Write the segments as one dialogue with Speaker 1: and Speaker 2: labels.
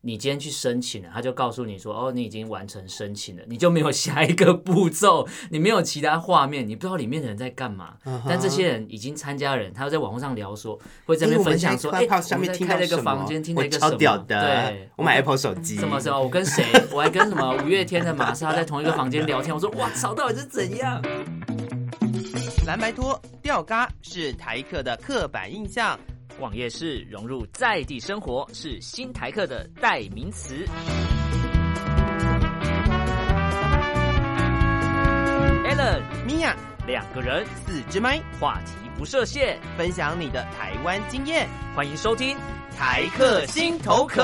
Speaker 1: 你今天去申请了，他就告诉你说，哦，你已经完成申请了，你就没有下一个步骤， 你没有其他画面，你不知道里面的人在干嘛。
Speaker 2: 嗯哼
Speaker 1: 但这些人已经参加的人，他在网络上聊说，会在
Speaker 2: 哎
Speaker 1: 那边
Speaker 2: 我们
Speaker 1: 分享说，
Speaker 2: 在
Speaker 1: 哎、
Speaker 2: Clubhouse
Speaker 1: 我
Speaker 2: 上
Speaker 1: 们
Speaker 2: 面
Speaker 1: 在
Speaker 2: 听
Speaker 1: 开
Speaker 2: 到
Speaker 1: 了一个
Speaker 2: 什么
Speaker 1: 房间，听了
Speaker 2: 我
Speaker 1: 一个
Speaker 2: 超
Speaker 1: 什么，
Speaker 2: 屌的
Speaker 1: 对，，
Speaker 2: 我买 Apple 手机，
Speaker 1: 什么时候我跟谁，我还跟什么五月天的玛莎在同一个房间聊天，我说，哇操，到底是怎样？
Speaker 3: 蓝白拖、吊嘎是台客的刻板印象。
Speaker 1: 网页是融入在地生活，是新台客的代名词。Allen
Speaker 3: 米娅，
Speaker 1: 两个人，
Speaker 3: 四支麦，
Speaker 1: 话题不设限，
Speaker 3: 分享你的台湾经验，
Speaker 1: 欢迎收听。
Speaker 3: 台客心头壳。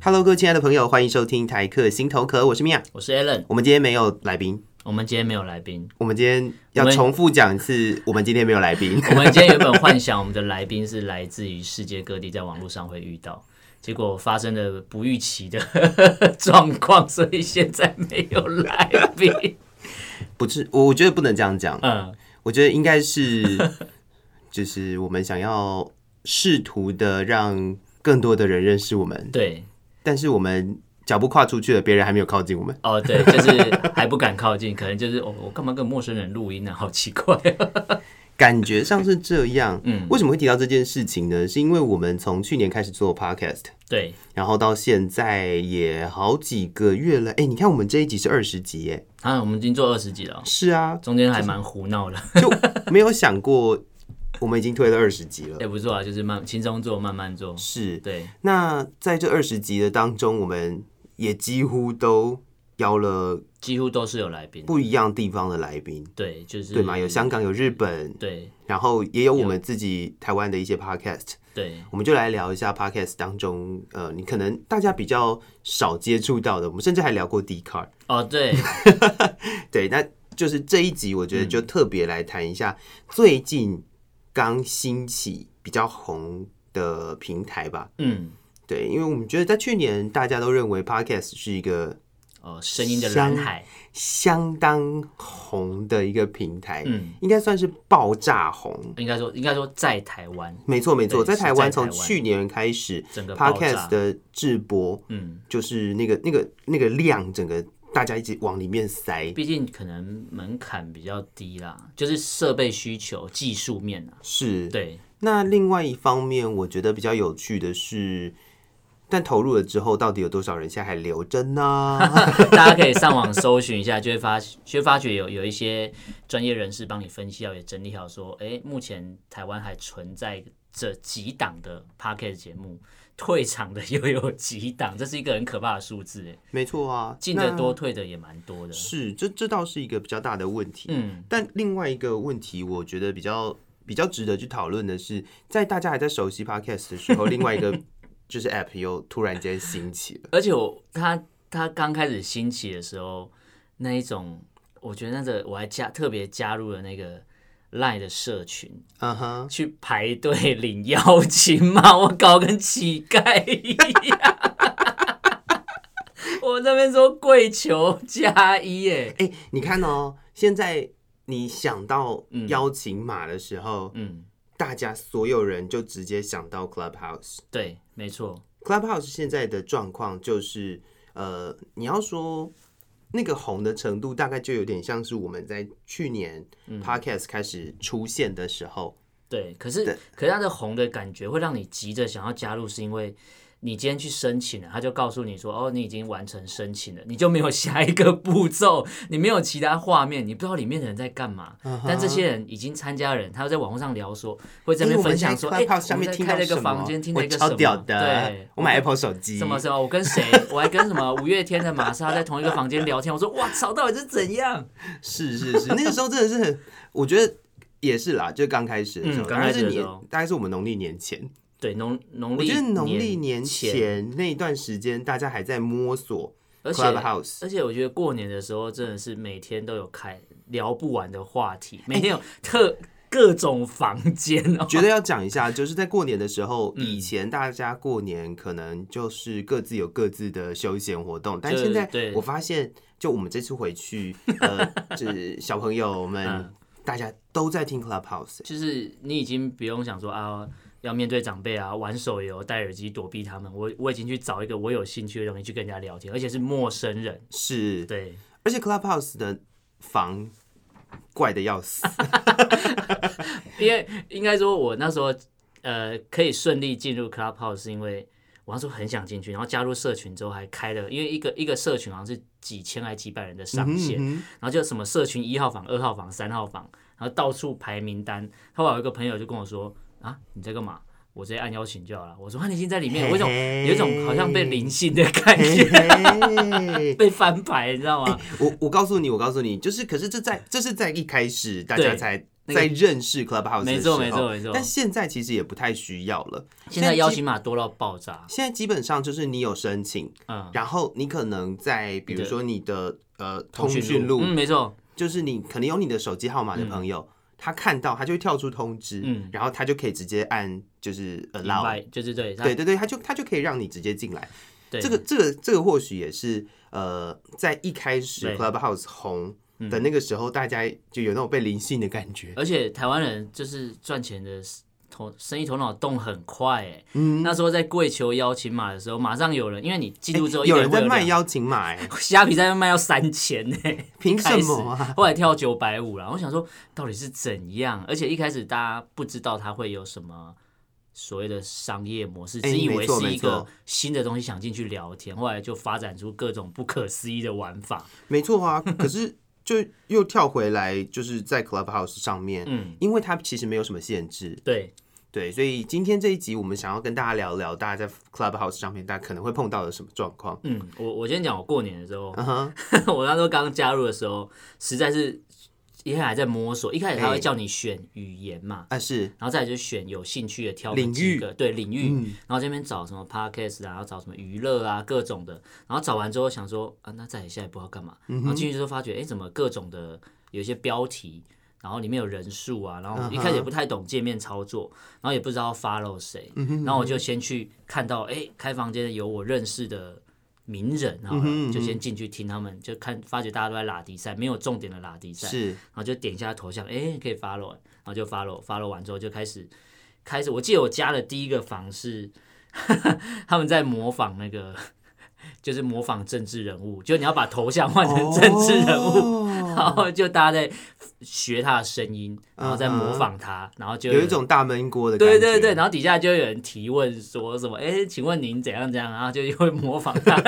Speaker 2: Hello，各位亲爱的朋友，欢迎收听台客心头壳，我是米娅。
Speaker 1: 我是 Allen，
Speaker 2: 我们今天没有来宾，
Speaker 1: 我们今天没有来宾。
Speaker 2: 我们今天要重复讲一次，我们今天没有来宾。
Speaker 1: 我们今天原本幻想我们的来宾是来自于世界各地，在网络上会遇到， 结果发生了不预期的 状况，所以现在没有来宾。
Speaker 2: 不是，我我觉得不能这样讲，
Speaker 1: 嗯，
Speaker 2: 我觉得应该是， 就是我们想要试图的让更多的人认识我们，
Speaker 1: 对，
Speaker 2: 但是我们脚步跨出去了，别人还没有靠近我们。
Speaker 1: 哦，对，就是还不敢靠近，可能就是哦，我干嘛跟陌生人录音呢、好奇怪、哦
Speaker 2: 感觉上是这样。
Speaker 1: 嗯
Speaker 2: 为什么会提到这件事情呢？是因为我们从去年开始做 podcast，
Speaker 1: 对，
Speaker 2: 然后到现在也好几个月了。哎，你看我们这一集是二十集耶。
Speaker 1: 啊，我们已经做二十集了哦，
Speaker 2: 是啊，
Speaker 1: 中间还蛮胡闹的，
Speaker 2: 就没有想过我们已经推了二十集了
Speaker 1: 也。不错啊，就是慢轻松做，慢慢做。
Speaker 2: 是，
Speaker 1: 对，
Speaker 2: 那在这二十集的当中，我们也几乎都邀了
Speaker 1: 几乎都是有来宾的，
Speaker 2: 不一样地方的来宾，
Speaker 1: 对，就是
Speaker 2: 对吗？有香港，有日本，
Speaker 1: 对
Speaker 2: 然后也有我们自己台湾的一些 podcast。
Speaker 1: 对
Speaker 2: 我们就来聊一下 podcast 当中，呃，你可能大家比较少接触到的，我们甚至还聊过 d c a r
Speaker 1: 哦， 对
Speaker 2: 对，那就是这一集，我觉得就特别来谈一下最近刚兴起比较红的平台吧。
Speaker 1: 嗯，
Speaker 2: 对，因为我们觉得在去年大家都认为 podcast 是一个
Speaker 1: 哦，声音的蓝海，
Speaker 2: 相当红的一个平台，
Speaker 1: 嗯，
Speaker 2: 应该算是爆炸红。
Speaker 1: 应该说应该说在台湾
Speaker 2: 没错，没错，
Speaker 1: 对
Speaker 2: 在
Speaker 1: 是
Speaker 2: 台
Speaker 1: 在
Speaker 2: 湾
Speaker 1: 台
Speaker 2: 从
Speaker 1: 湾
Speaker 2: 去年开始
Speaker 1: 整个爆炸
Speaker 2: ，podcast 的直播，
Speaker 1: 嗯，
Speaker 2: 就是那个那个那个量，整个大家一起往里面塞。
Speaker 1: 毕竟可能门槛比较低啦，就是设备需求、技术面啊，
Speaker 2: 是，。
Speaker 1: 对，
Speaker 2: 那另外一方面，我觉得比较有趣的是，但投入了之后，到底有多少人现在还留着呢？
Speaker 1: 大家可以上网搜寻一下，就会发就会发觉有有一些专业人士帮你分析好，也整理好说，哎、目前台湾还存在这几档的 p a c k e t 节目，退场的又有几档，这是一个很可怕的数字，哎，
Speaker 2: 没错啊，
Speaker 1: 进
Speaker 2: 那
Speaker 1: 的多，退的也蛮多的。
Speaker 2: 是这这倒是一个比较大的问题。
Speaker 1: 嗯，
Speaker 2: 但另外一个问题，我觉得比较比较值得去讨论的是，在大家还在熟悉 podcast 的时候，另外一个 就是 app 又突然间兴起了。
Speaker 1: 而且我他他刚开始兴起的时候，那一种，我觉得那个我还加特别加入了那个 Line 的社群，
Speaker 2: 嗯哼，
Speaker 1: 去排队领邀请码，我搞跟乞丐一样。我这边说跪求加一耶，
Speaker 2: 哎、你看哦，现在你想到
Speaker 1: 嗯
Speaker 2: 邀请码的时候，
Speaker 1: 嗯，
Speaker 2: 大家所有人就直接想到 Clubhouse。
Speaker 1: 对，没错，
Speaker 2: Clubhouse 现在的状况就是，呃，你要说那个红的程度，大概就有点像是我们在去年
Speaker 1: 嗯
Speaker 2: Podcast 开始出现的时候，
Speaker 1: 对。可是，
Speaker 2: 对
Speaker 1: 可是它的红的感觉会让你急着想要加入，是因为你今天去申请了，他就告诉你说，哦，你已经完成申请了，你就没有下一个步骤，你没有其他画面，你不知道里面的人在干嘛。
Speaker 2: 嗯
Speaker 1: 但这些人已经参加的人，他在网络上聊说，会在那边分享说，哎、
Speaker 2: 哎、
Speaker 1: 我
Speaker 2: 上面
Speaker 1: 们在
Speaker 2: 听
Speaker 1: 开
Speaker 2: 到
Speaker 1: 了一
Speaker 2: 什
Speaker 1: 个
Speaker 2: 么
Speaker 1: 房间，听了
Speaker 2: 我
Speaker 1: 一个什
Speaker 2: 超
Speaker 1: 么，
Speaker 2: 屌的啊，Oh
Speaker 1: 对，，
Speaker 2: 我买 Apple 手机，
Speaker 1: 什么什么，我跟谁，我还跟什么五月天的玛莎在同一个房间聊天，我说哇操，到底是怎样？
Speaker 2: 是是是，那个时候真的是很，我觉得也是啦，就刚开始的时候，
Speaker 1: 嗯刚开始的
Speaker 2: 大概是
Speaker 1: 时
Speaker 2: 年
Speaker 1: 候
Speaker 2: 大概是我们农历年前，
Speaker 1: 对，农农
Speaker 2: 我
Speaker 1: 历
Speaker 2: 觉得农历
Speaker 1: 年
Speaker 2: 年，前那一段时间，大家还在摸索
Speaker 1: 而且
Speaker 2: Clubhouse，
Speaker 1: 而且我觉得过年的时候真的是每天都有开聊不完的话题，每天有特、各种房间哦，
Speaker 2: 觉得要讲一下，就是在过年的时候，
Speaker 1: 嗯
Speaker 2: 以前大家过年可能就是各自有各自的休闲活动，但
Speaker 1: 就
Speaker 2: 现在
Speaker 1: 对
Speaker 2: 我发现，就我们这次 回去，呃，就是小朋友们
Speaker 1: 嗯
Speaker 2: 大家都在听 Clubhouse，
Speaker 1: 就是你已经不用想说啊。要面对长辈啊，玩手游、戴耳机躲避他们。我我已经去找一个我有兴趣的东西去跟人家聊天，而且是陌生人。
Speaker 2: 是，
Speaker 1: 对，
Speaker 2: 而且 Clubhouse 的房怪的要死，
Speaker 1: 因为应该说，我那时候呃可以顺利进入 Clubhouse，是因为我那时候很想进去，然后加入社群之后还开了，因为一个一个社群好像是几千还几百人的上限，
Speaker 2: 嗯哼
Speaker 1: 然后就什么社群一号房、二号房、三号房，然后到处排名单。后来有一个朋友就跟我说：“啊，你在干嘛？”我直接按邀请就好了。我说：“啊，你已经在里面，我有一种
Speaker 2: 嘿嘿
Speaker 1: 有一种好像被灵性的感
Speaker 2: 嘿
Speaker 1: 觉，
Speaker 2: 嘿
Speaker 1: 被翻牌，你知道吗？
Speaker 2: 我我告诉你，我告诉你，就是，可是这在这是在一开始大家
Speaker 1: 对
Speaker 2: 才
Speaker 1: 那个
Speaker 2: 在认识 Clubhouse，
Speaker 1: 没
Speaker 2: 的
Speaker 1: 错
Speaker 2: 时
Speaker 1: 没
Speaker 2: 候
Speaker 1: 错没错
Speaker 2: 但现在其实也不太需要了。
Speaker 1: 现在邀
Speaker 2: 基
Speaker 1: 请码多到爆炸，
Speaker 2: 现在基本上就是你有申请，
Speaker 1: 嗯，
Speaker 2: 然后你可能在比如说你的呃通讯
Speaker 1: 讯
Speaker 2: 录，
Speaker 1: 嗯，没错，
Speaker 2: 就是你可能有你的手机号码的朋友，他看到他就会跳出通知，
Speaker 1: 嗯
Speaker 2: 然后他就可以直接按就是 allow，
Speaker 1: 明白就是对，
Speaker 2: 对对对，他就他就可以让你直接进来。
Speaker 1: 对
Speaker 2: 这个这个这个或许也是呃，在一开始
Speaker 1: 对嗯
Speaker 2: Clubhouse 红的那个时候，大家就有那种被灵性的感觉。
Speaker 1: 而且台湾人就是赚钱的头生意头脑动很快哎、
Speaker 2: 嗯，
Speaker 1: 那时候在跪求邀请码的时候，马上有人，因为你进入之后，
Speaker 2: 哎有人在卖
Speaker 1: 卖
Speaker 2: 邀请码、 哎，
Speaker 1: 虾皮在那卖要三千呢、
Speaker 2: 凭
Speaker 1: 开
Speaker 2: 什
Speaker 1: 始
Speaker 2: 么啊？
Speaker 1: 后来跳九百五了。我想说到底是怎样，而且一开始大家不知道它会有什么所谓的商业模式，
Speaker 2: 哎
Speaker 1: 只以为
Speaker 2: 没错
Speaker 1: 是一
Speaker 2: 没
Speaker 1: 个
Speaker 2: 错
Speaker 1: 新的东西想进去聊天，后来就发展出各种不可思议的玩法。
Speaker 2: 没错啊，可是就又跳回来，就是在 Clubhouse 上面，
Speaker 1: 嗯，
Speaker 2: 因为它其实没有什么限制，
Speaker 1: 对，
Speaker 2: 对，所以今天这一集我们想要跟大家聊聊，大家在 Clubhouse 上面大家可能会碰到的什么状况。
Speaker 1: 嗯，我我先讲我过年的时候，
Speaker 2: 嗯哼，
Speaker 1: 我那时候刚加入的时候，实在是一开始还在摸索，一开始他
Speaker 2: 哎
Speaker 1: 会叫你选语言嘛，
Speaker 2: 啊是，
Speaker 1: 然后再来就选有兴趣的挑个
Speaker 2: 领
Speaker 1: 几
Speaker 2: 域
Speaker 1: 个对领域，
Speaker 2: 嗯
Speaker 1: 然后这边找什么 podcast 啊，然后找什么娱乐啊各种的，然后找完之后想说啊，那再下一步要干嘛？
Speaker 2: 嗯
Speaker 1: 然后进去之后发觉，哎，怎么各种的有一些标题。然后里面有人数啊，然
Speaker 2: 嗯
Speaker 1: 后一开始也不太懂界面操作，然后也不知道 follow 谁，
Speaker 2: 嗯
Speaker 1: 然后我就先去看到，哎，开房间的有我认识的名人好了，
Speaker 2: 嗯哼
Speaker 1: 就
Speaker 2: 嗯哼
Speaker 1: 先进去听他们，就看发觉大家都在拉迪赛，没有重点的拉迪赛，
Speaker 2: 是，
Speaker 1: 然后就点一下头像，哎，可以 follow，然后就 follow follow 完之后就开始开始，我记得我加的第一个房是 他们在模仿那个， 就是模仿政治人物，就你要把头像换
Speaker 2: 哦
Speaker 1: 成政治人物。
Speaker 2: 物，
Speaker 1: 然后就大家在学他的声音，然后再模仿他，然后就
Speaker 2: 嗯有一种大闷锅的感觉。
Speaker 1: 对对对，然后底下就有人提问说什么，哎，请问您怎样怎样，然后就会模仿 他，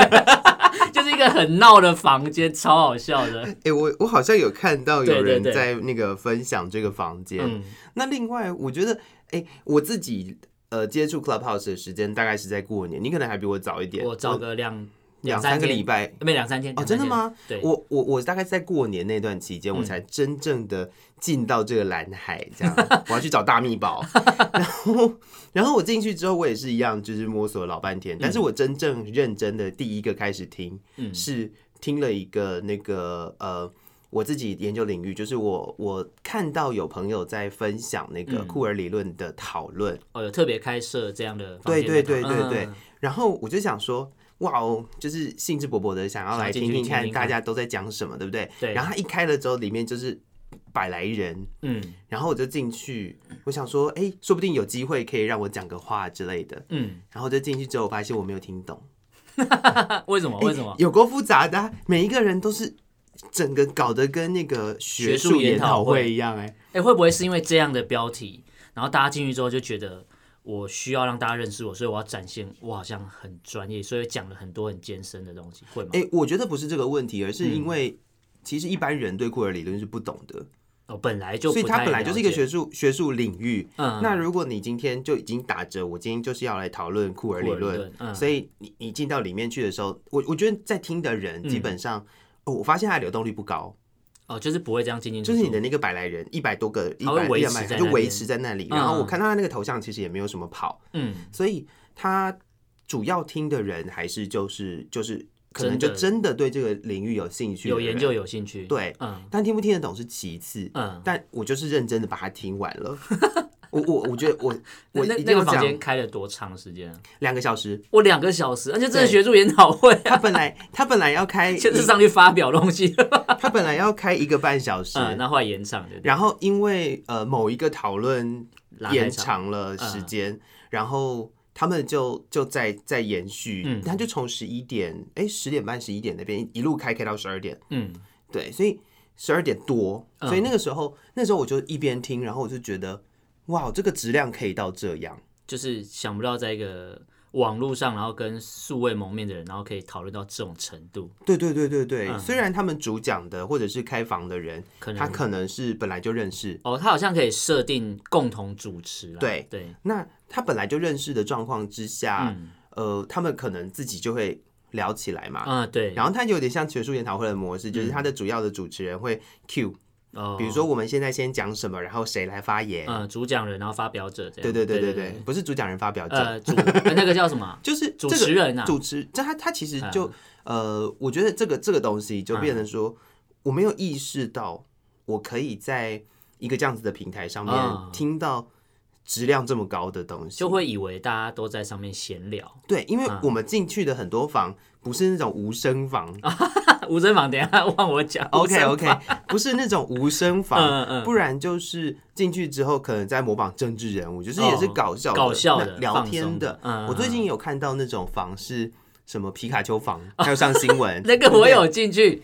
Speaker 1: 就是一个很闹的房间，超好笑的。
Speaker 2: 哎、我我好像有看到有
Speaker 1: 对对
Speaker 2: 人
Speaker 1: 对
Speaker 2: 在那个分享这个房间。
Speaker 1: 嗯，
Speaker 2: 那另外，我觉得，哎、我自己呃接触 Clubhouse 的时间大概是在过年，你可能还比我早一点，
Speaker 1: 我找个两
Speaker 2: 两三个
Speaker 1: 天
Speaker 2: 礼拜。
Speaker 1: 没两三天
Speaker 2: 哦，真的？吗？
Speaker 1: 两三天对，嗯
Speaker 2: 我我我大概是在过年那段期间，我才真正的进到这个蓝海，这样我要去找大秘宝。 然后，然后我进去之后，我也是一样，就是摸索了老半天。但是我真正认真的第一个开始听，
Speaker 1: 嗯
Speaker 2: 是听了一个那个呃，我自己研究领域，就是我我看到有朋友在分享那个
Speaker 1: 嗯
Speaker 2: 库尔理论的讨论，
Speaker 1: 哦，有特别开设这样的房
Speaker 2: 对
Speaker 1: 间
Speaker 2: 对
Speaker 1: 的
Speaker 2: 对
Speaker 1: 讨
Speaker 2: 对
Speaker 1: 论，
Speaker 2: 对
Speaker 1: 嗯，
Speaker 2: 然后我就想说，哇哦，就是兴致勃勃的想要来听听
Speaker 1: 想要进去听
Speaker 2: 看
Speaker 1: 听看
Speaker 2: 大家都在讲什么，对不对？
Speaker 1: 对
Speaker 2: 然后他一开了之后，里面就是百来人，
Speaker 1: 嗯
Speaker 2: 然后我就进去，我想说，哎，说不定有机会可以让我讲个话之类的。
Speaker 1: 嗯
Speaker 2: 然后就进去之后，我发现我没有听懂，
Speaker 1: 啊，为什么？为什么？
Speaker 2: 有够复杂的啊、每一个人都是整个搞得跟那个学
Speaker 1: 学术
Speaker 2: 术
Speaker 1: 研
Speaker 2: 研讨
Speaker 1: 讨会
Speaker 2: 会一样、哎，
Speaker 1: 哎，会不会是因为这样的标题，然后大家进去之后就觉得我需要让大家认识我，所以我要展现我好像很专业，所以讲了很多很艰深的东西，会吗？
Speaker 2: 哎，我觉得不是这个问题，而是
Speaker 1: 嗯
Speaker 2: 因为其实一般人对库尔理论是不懂的，
Speaker 1: 哦，本来就
Speaker 2: 所以
Speaker 1: 不
Speaker 2: 它
Speaker 1: 太
Speaker 2: 本来就是一个
Speaker 1: 了解
Speaker 2: 学术学术领域。
Speaker 1: 嗯，
Speaker 2: 那如果你今天就已经打着我今天就是要来讨论库尔理
Speaker 1: 库尔理
Speaker 2: 论
Speaker 1: 论，嗯
Speaker 2: 所以你你进到里面去的时候，我我觉得在听的人
Speaker 1: 嗯
Speaker 2: 基本上，哦，我发现它的流动率不高，
Speaker 1: 哦，就是不会这样进进出
Speaker 2: 就
Speaker 1: 出，
Speaker 2: 是你的那个百来人，一百多个，一
Speaker 1: 它会
Speaker 2: 百
Speaker 1: 维持
Speaker 2: 两百
Speaker 1: 在
Speaker 2: 就
Speaker 1: 那
Speaker 2: 维
Speaker 1: 边
Speaker 2: 持在那里。
Speaker 1: 嗯
Speaker 2: 然后我看到他那个头像其实也没有什么跑，
Speaker 1: 嗯，
Speaker 2: 所以他主要听的人还是就是就是可能
Speaker 1: 真
Speaker 2: 就
Speaker 1: 的
Speaker 2: 真的对这个领域有兴趣，
Speaker 1: 有研究，有兴趣，
Speaker 2: 对
Speaker 1: 嗯
Speaker 2: 但听不听得懂是其次。
Speaker 1: 嗯，
Speaker 2: 但我就是认真的把它听完 了。我我我觉得我我
Speaker 1: 那那
Speaker 2: 一定
Speaker 1: 那
Speaker 2: 要
Speaker 1: 个房
Speaker 2: 讲
Speaker 1: 间开了多长时间啊？
Speaker 2: 两个小时，
Speaker 1: 我两个小时，而且这是
Speaker 2: 对
Speaker 1: 学术研讨会啊，
Speaker 2: 他本来他本来要开，
Speaker 1: 就是上去发表东西。
Speaker 2: 他本
Speaker 1: 嗯
Speaker 2: 来要开一个半小时，
Speaker 1: 嗯，那后来延长对不对？
Speaker 2: 然后因为呃某一个讨论
Speaker 1: 拉开
Speaker 2: 延
Speaker 1: 场，
Speaker 2: 长了时
Speaker 1: 嗯
Speaker 2: 间，然后他们就就在在延续，
Speaker 1: 嗯
Speaker 2: 他就从十一点哎十点半十一点那边一路开开到十二点，
Speaker 1: 嗯
Speaker 2: 对，所以十二点多，
Speaker 1: 嗯
Speaker 2: 所以那个时候那时候我就一边听，然后我就觉得哇，这个质量可以到这样，
Speaker 1: 就是想不到在一个网络上，然后跟素未谋面的人，然后可以讨论到这种程度，
Speaker 2: 对对对对对，
Speaker 1: 嗯
Speaker 2: 虽然他们主讲的或者是开房的人，
Speaker 1: 可能
Speaker 2: 他可能是本来就认识，
Speaker 1: 哦，他好像可以设定共同主持啦，
Speaker 2: 对
Speaker 1: 对，
Speaker 2: 那他本来就认识的状况之下，
Speaker 1: 嗯
Speaker 2: 呃，他们可能自己就会聊起来嘛，
Speaker 1: 啊对，
Speaker 2: 然后它有点像学术研讨会的模式，就是它的主要的主持人会 Q，、
Speaker 1: 哦
Speaker 2: 比如说我们现在先讲什么，然后谁来发言。
Speaker 1: 呃主讲人，然后发表者这样，
Speaker 2: 对对对对
Speaker 1: 对
Speaker 2: 对，不是主讲人发表者，
Speaker 1: 呃主呃那个叫什么啊？
Speaker 2: 就是、
Speaker 1: 主
Speaker 2: 这个
Speaker 1: 持人啊嗯
Speaker 2: 主持这他他其实就、呃，我觉得这个这个东西就变成说，我没有意识到我可以在一个这样子的平台上
Speaker 1: 嗯
Speaker 2: 面听到质量这么高的东西，
Speaker 1: 就会以为大家都在上面闲聊，
Speaker 2: 对，因为
Speaker 1: 嗯
Speaker 2: 我们进去的很多房不是那种无声房、
Speaker 1: 吴声房，等一下 忘我讲
Speaker 2: o k
Speaker 1: 吴声
Speaker 2: OK，不 是那种无声房，
Speaker 1: 嗯嗯
Speaker 2: 不然就是进去之后可能在模仿政治人物，就是也是搞笑的、
Speaker 1: 哦搞笑的
Speaker 2: 那聊天
Speaker 1: 放松的嗯。
Speaker 2: 我最近有看到那种房是什么皮卡丘房，还有上新闻
Speaker 1: 那个我有进去，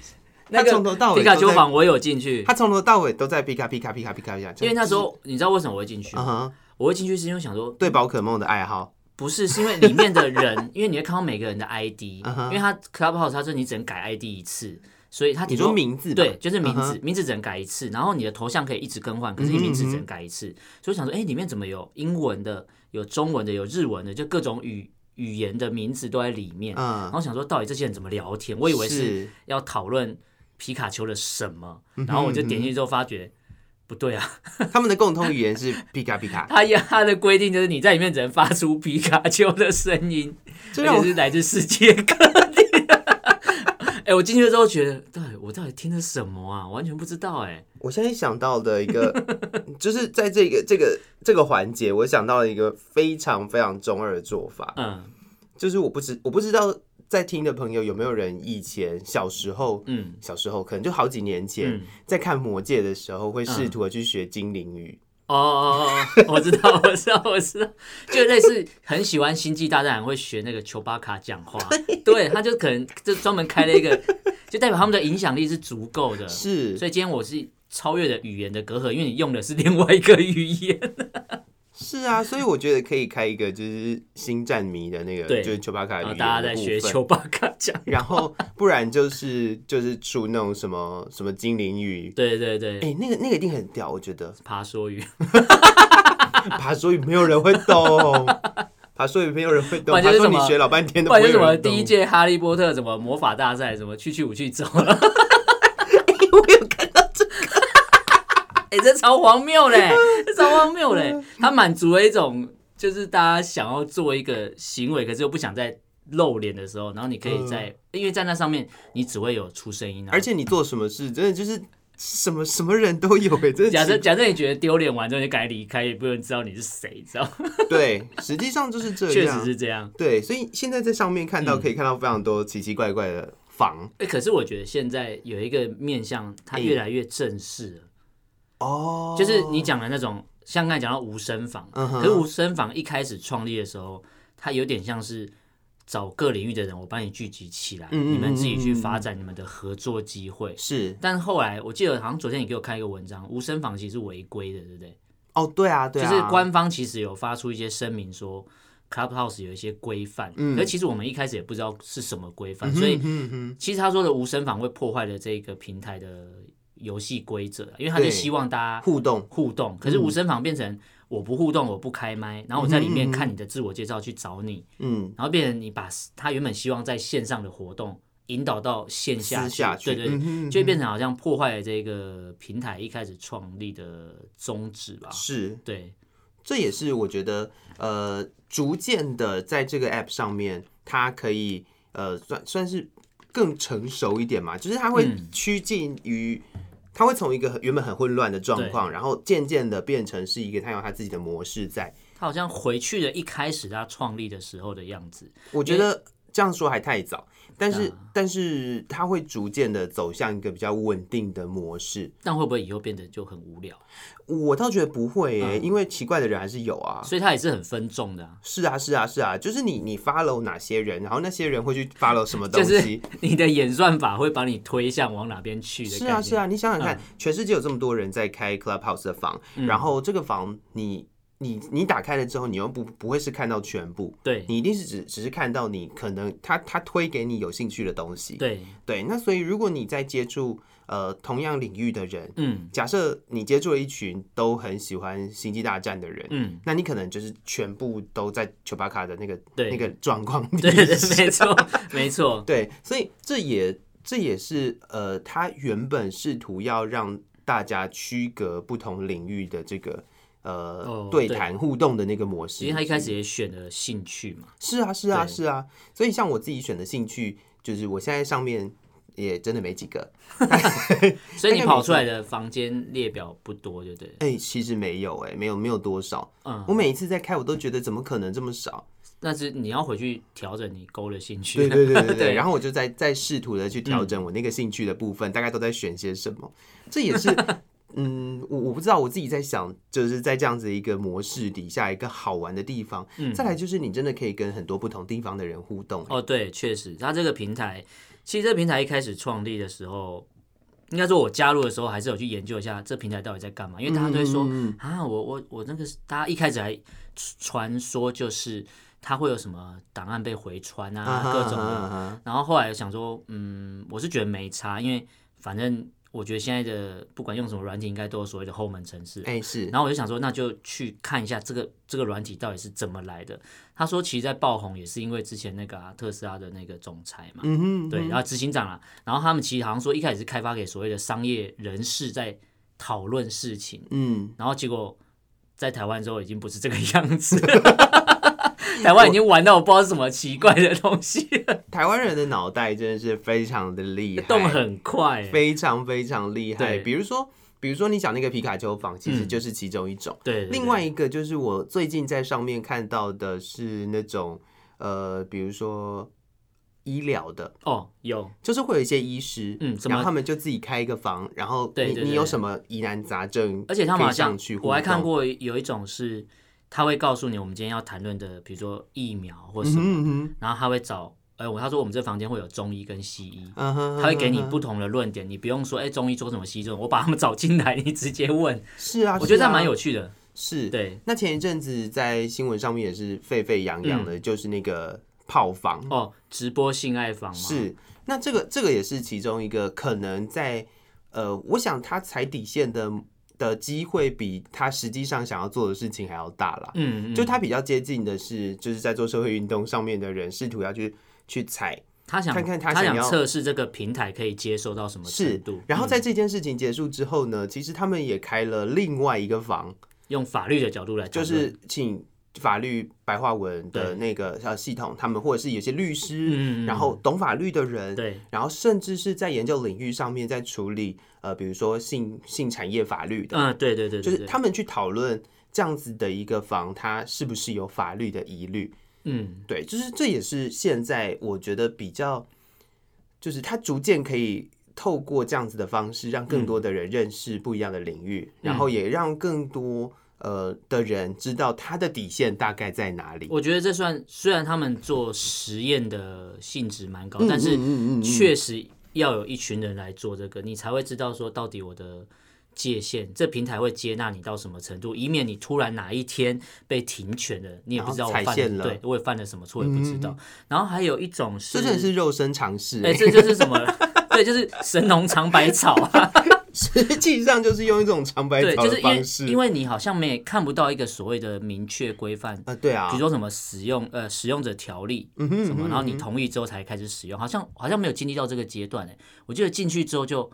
Speaker 1: 那
Speaker 2: 他从头到
Speaker 1: 个
Speaker 2: 尾
Speaker 1: 皮卡
Speaker 2: 都
Speaker 1: 丘
Speaker 2: 在
Speaker 1: 房我有进去，
Speaker 2: 他从头到尾都在皮卡皮卡皮卡皮卡皮卡，
Speaker 1: 因为那时候你知道为什么我会进去
Speaker 2: 嗯
Speaker 1: 吗？
Speaker 2: 哼，
Speaker 1: 我会进去是因为想说，
Speaker 2: 对宝可梦的爱好，
Speaker 1: 不是是因为里面的人， 因为你会看到每个人的 ID，
Speaker 2: 嗯哼
Speaker 1: 因为他 Clubhouse 它是你只能改 ID 一次，所以它
Speaker 2: 你
Speaker 1: 顶
Speaker 2: 说
Speaker 1: 多
Speaker 2: 名字
Speaker 1: 嗯
Speaker 2: 吧
Speaker 1: 对，就是名字
Speaker 2: 嗯，
Speaker 1: 名字只能改一次，然后你的头像可以一直更换，可是你名字只能改一次，所以我想说，哎，里面怎么有英文的，有中文的，有日文的，就各种语语言的名字都在里面，然
Speaker 2: 嗯，
Speaker 1: 后想说到底这些人怎么聊天，我以为是要讨论皮卡丘的什么，
Speaker 2: 嗯
Speaker 1: 然后我就点进去之后发觉。不对啊，
Speaker 2: 他们的共通语言是皮卡 皮卡，
Speaker 1: 他呀他的规定就是你在里面只能发出皮卡丘的声音，
Speaker 2: 这让
Speaker 1: 而
Speaker 2: 我
Speaker 1: 且是来自世界各地。 哎、我进去之后觉得，到底我到底听了什么啊？完全不知道哎、
Speaker 2: 我现在想到的一个， 就是在这个这个这个环节，我想到了一个非常非常中二的做法，
Speaker 1: 嗯
Speaker 2: 就是我不知我不知道在听的朋友有没有人以前小时候，
Speaker 1: 嗯
Speaker 2: 小时候可能就好几年前、
Speaker 1: 嗯，
Speaker 2: 在看《魔戒》的时候，会试图的去学精灵语。
Speaker 1: 哦哦哦，哦我知道，我知道，我知道，就类似很喜欢《星际大战》，会学那个丘巴卡讲话，对，他就可能就专门开了一个，就代表他们的影响力是足够 的。
Speaker 2: 是
Speaker 1: 嗯所以今天我是超越了语言的隔阂，因为你用的是另外一个语言。
Speaker 2: 是啊，所以我觉得可以开一个就是星战迷的那个，
Speaker 1: 对
Speaker 2: 就是丘巴卡
Speaker 1: 然
Speaker 2: 语
Speaker 1: 后哦
Speaker 2: 言
Speaker 1: 大家在
Speaker 2: 的部
Speaker 1: 学
Speaker 2: 分
Speaker 1: 丘巴卡讲，
Speaker 2: 然后不然就是就是出那种什么什么精灵语。
Speaker 1: 对对对，
Speaker 2: 哎、那个那个一定很屌，我觉得。
Speaker 1: 爬梭语，
Speaker 2: 爬梭语没有人会懂，爬梭语没有人 会懂。
Speaker 1: 不然
Speaker 2: 爬
Speaker 1: 就是
Speaker 2: 梭
Speaker 1: 什
Speaker 2: 你
Speaker 1: 么
Speaker 2: 学老半天都
Speaker 1: 不然
Speaker 2: 会
Speaker 1: 就什
Speaker 2: 有
Speaker 1: 么
Speaker 2: 人懂
Speaker 1: 第一，届哈利波特什么魔法大赛什么去去我去走 了，
Speaker 2: 我有看
Speaker 1: 哎、这超荒谬嘞，这超荒谬嘞，它满足了一种就是大家想要做一个行为，可是又不想在露脸的时候，然后你可以在，
Speaker 2: 嗯
Speaker 1: 因为在那上面你只会有出声音啊，
Speaker 2: 而且你做什么事，真的就是什么什么人都有哎、真的。
Speaker 1: 假设假设你觉得丢脸完之后你就赶紧离开，也不能知道你是谁，知道？
Speaker 2: 对，实际上就是这
Speaker 1: 确
Speaker 2: 样。
Speaker 1: 实是嗯这样。
Speaker 2: 对，所以现在在上面看到，可以看到非常多奇奇怪怪的房
Speaker 1: 哎、可是我觉得现在有一个面向，它
Speaker 2: 哎
Speaker 1: 越来越正式了，
Speaker 2: 哦，
Speaker 1: 就是你讲的那种，像刚才讲到无声房，
Speaker 2: 嗯哼
Speaker 1: 可是无声房一开始创立的时候，它有点像是找各领域的人，我帮你聚集起来，
Speaker 2: 嗯嗯
Speaker 1: 你们自己去发展你们的合作机会。
Speaker 2: 是
Speaker 1: 但后来我记得好像昨天你给我看一个文章，无声房其实是违规的，对不对？
Speaker 2: 哦，对啊，对啊，
Speaker 1: 就是官方其实有发出一些声明说。Clubhouse 有一些规范，
Speaker 2: 嗯
Speaker 1: 可是其实我们一开始也不知道是什么规范，
Speaker 2: 嗯哼，
Speaker 1: 所以
Speaker 2: 嗯哼
Speaker 1: 其实他说的无声访会破坏了这个平台的游戏规则，啊因为他就
Speaker 2: 对嗯
Speaker 1: 希望大家
Speaker 2: 互动
Speaker 1: 互动，可是无声访变成我不互动，我不开麦，然后我在里面看你的自我介绍去找你，
Speaker 2: 嗯
Speaker 1: 然后变成你把他原本希望在线上的活动引导到线下
Speaker 2: 私下去
Speaker 1: 对对
Speaker 2: 嗯哼嗯
Speaker 1: 对，
Speaker 2: 哼
Speaker 1: 就会变成好像破坏了这个平台一开始创立的宗旨吧？
Speaker 2: 是
Speaker 1: 对，
Speaker 2: 这也是我觉得呃，逐渐的在这个 app 上面，它可以呃算算是更成熟一点嘛，就是它会
Speaker 1: 嗯
Speaker 2: 趋近于。它会从一个很原本很混乱的状况，然后渐渐的变成是一个它有它自己的模式在。
Speaker 1: 他好像回去了一开始他创立的时候的样子，
Speaker 2: 我觉得这样说还太早，但是、
Speaker 1: 啊
Speaker 2: 但是它会逐渐的走向一个比较稳定的模式。
Speaker 1: 但会不会以后变得就很无聊？
Speaker 2: 我倒觉得不会耶、
Speaker 1: 嗯
Speaker 2: 因为奇怪的人还是有啊。
Speaker 1: 所以它也是很分众的、啊，
Speaker 2: 是啊，是啊，是啊，就是你你 follow 哪些人，然后那些人会去 follow 什么东
Speaker 1: 就
Speaker 2: 西。
Speaker 1: 是你的演算法会把你推向往哪边去的
Speaker 2: 是
Speaker 1: 概
Speaker 2: 啊，
Speaker 1: 念
Speaker 2: 是啊，，你想想看，
Speaker 1: 嗯
Speaker 2: 全世界有这么多人在开 Clubhouse 的房，然后这个房你你你打开了之后，你又不不会是看到全部，
Speaker 1: 对
Speaker 2: 你一定是只只是看到你可能他他推给你有兴趣的东西。
Speaker 1: 对，
Speaker 2: 对，那所以如果你在接触呃同样领域的人，
Speaker 1: 嗯
Speaker 2: 假设你接触了一群都很喜欢星际大战的人，
Speaker 1: 嗯，
Speaker 2: 那你可能就是全部都在丘巴卡的那个
Speaker 1: 对
Speaker 2: 那个状况里
Speaker 1: 对对 对，没错没错，
Speaker 2: 对，所以这也这也是呃，他原本试图要让大家区隔不同领域的这个呃、
Speaker 1: 哦
Speaker 2: 对
Speaker 1: 对
Speaker 2: 谈互动的那个模式。
Speaker 1: 因为他一开始也选了兴趣嘛，
Speaker 2: 是啊，是啊，
Speaker 1: 对
Speaker 2: 是啊。所以像我自己选的兴趣，就是我现在上面也真的没几个。
Speaker 1: 所以你
Speaker 2: 大概没
Speaker 1: 跑出来的房间列表不多，对不对？
Speaker 2: 哎、其实没有、哎，没有，没有多少。
Speaker 1: 嗯
Speaker 2: 我，每一次在开，我都觉得怎么可能这么少？
Speaker 1: 但是你要回去调整你勾的兴趣，
Speaker 2: 对对对 对 对。
Speaker 1: 对嗯
Speaker 2: 然后我就在在试图的去调整我那个兴趣的部分，大概都在选些什么。这也是，嗯，我我不知道我自己在想，就是在这样子一个模式底下一个好玩的地方。
Speaker 1: 嗯
Speaker 2: 再来就是你真的可以跟很多不同地方的人互动。
Speaker 1: 哦，对，确实，它这个平台，其实这个平台一开始创立的时候，应该说我加入的时候，还是有去研究一下这平台到底在干嘛，因为大家都会说、
Speaker 2: 嗯
Speaker 1: 啊，我我我那个是，大家一开始还传说就是它会有什么档案被回传啊，
Speaker 2: 啊哈
Speaker 1: 各种的，
Speaker 2: 啊哈啊哈
Speaker 1: 然后后来想说，嗯，我是觉得没差，因为反正我觉得现在的不管用什么软体，应该都有所谓的后门城市，
Speaker 2: 哎、是，
Speaker 1: 然后我就想说，那就去看一下这个这个软体到底是怎么来的。他说，其实在爆红也是因为之前那个、啊、特斯拉的那个总裁嘛，
Speaker 2: 嗯哼，
Speaker 1: 对，然后执行长啊，然后他们其实好像说一开始是开发给所谓的商业人士在讨论事情，
Speaker 2: 嗯，
Speaker 1: 然后结果在台湾之后已经不是这个样子了。台湾已经玩到我不知道是什么奇怪的东西了，
Speaker 2: 台湾人的脑袋真的是非常的厉害，
Speaker 1: 动很快、欸，
Speaker 2: 非常非常厉害。
Speaker 1: 对
Speaker 2: 比如说，比如说你讲那个皮卡丘房，其实
Speaker 1: 嗯
Speaker 2: 就是其中一种。
Speaker 1: 对，对对
Speaker 2: 另外一个就是我最近在上面看到的是那种呃，比如说医疗的，
Speaker 1: 哦有
Speaker 2: 就是会有一些医师，
Speaker 1: 嗯什么
Speaker 2: 然后他们就自己开一个房，然后你
Speaker 1: 对对对
Speaker 2: 你有什么疑难杂症，
Speaker 1: 而且他们好
Speaker 2: 可以
Speaker 1: 像
Speaker 2: 上去，
Speaker 1: 我还看
Speaker 2: 互动，
Speaker 1: 过有一种是，他会告诉你我们今天要谈论的，比如说疫苗或什
Speaker 2: 嗯
Speaker 1: 么，
Speaker 2: 哼嗯哼
Speaker 1: 然后他会找，呃，我他说我们这房间会有中医跟西医，
Speaker 2: 嗯哼，
Speaker 1: 他会给你
Speaker 2: 嗯哼
Speaker 1: 不同的论点，你不用说，哎、中医说什么，西医说什么，我把他们找进来，你直接问，
Speaker 2: 是啊，
Speaker 1: 我觉得这
Speaker 2: 是啊
Speaker 1: 样蛮有趣的，
Speaker 2: 是。
Speaker 1: 对，
Speaker 2: 那前一阵子在新闻上面也是沸沸扬
Speaker 1: 嗯
Speaker 2: 扬的，就是那个炮房，
Speaker 1: 哦，直播性爱房嘛，，
Speaker 2: 是，那这个这个也是其中一个可能在呃，我想他踩底线的的机会比他实际上想要做的事情还要大啦。
Speaker 1: 嗯，嗯
Speaker 2: 就他比较接近的是，就是在做社会运动上面的人试图要去去踩，
Speaker 1: 他想
Speaker 2: 看看他
Speaker 1: 他
Speaker 2: 想
Speaker 1: 想
Speaker 2: 要
Speaker 1: 测试这个平台可以接受到什么程
Speaker 2: 是
Speaker 1: 度，。
Speaker 2: 然后
Speaker 1: 嗯
Speaker 2: 在这件事情结束之后呢，其实他们也开了另外一个房，
Speaker 1: 用法律的角度来谈
Speaker 2: 就
Speaker 1: 论，
Speaker 2: 是请法律白话文的
Speaker 1: 对
Speaker 2: 那个呃系统，他们或者是有些律师，
Speaker 1: 嗯，嗯，嗯
Speaker 2: 然后懂法律的人，
Speaker 1: 对，
Speaker 2: 然后甚至是在研究领域上面在处理呃，比如说性性产业法律的，
Speaker 1: 嗯，对对对，对
Speaker 2: 就是
Speaker 1: 对
Speaker 2: 他们去讨论这样子的一个房，它是不是有法律的疑虑？
Speaker 1: 嗯，
Speaker 2: 对，就是这也是现在我觉得比较，就是它逐渐可以透过这样子的方式，让更
Speaker 1: 嗯
Speaker 2: 多的人认识不一样的领域，然后也让更多呃的人知道它的底线大概在哪里。
Speaker 1: 我觉得这算虽然他们做实验的性质蛮高，
Speaker 2: 嗯
Speaker 1: 但是
Speaker 2: 嗯嗯嗯嗯
Speaker 1: 确实要有一群人来做这个，你才会知道说到底我的界限，这平台会接纳你到什么程度，以免你突然哪一天被停权了，你也不知道我
Speaker 2: 然后踩
Speaker 1: 犯
Speaker 2: 线了嗯
Speaker 1: 对我也犯了什么错，也不知道。然后还有一种是
Speaker 2: 这真的是肉身尝试、
Speaker 1: 哎、 这就是什么？对，就是神农尝百草啊，
Speaker 2: 实际上就是用一种长白
Speaker 1: 对，
Speaker 2: 草
Speaker 1: 就
Speaker 2: 的
Speaker 1: 是因
Speaker 2: 方式，
Speaker 1: 为因为你好像没看不到一个所谓的明确规范，
Speaker 2: 啊，对啊，
Speaker 1: 比如说什么使用呃使用者条例，
Speaker 2: 嗯哼
Speaker 1: 什
Speaker 2: 嗯
Speaker 1: 么，
Speaker 2: 哼
Speaker 1: 然后你同意之后才开始使用，好像好像没有经历到这个阶段哎、我记得进去之后就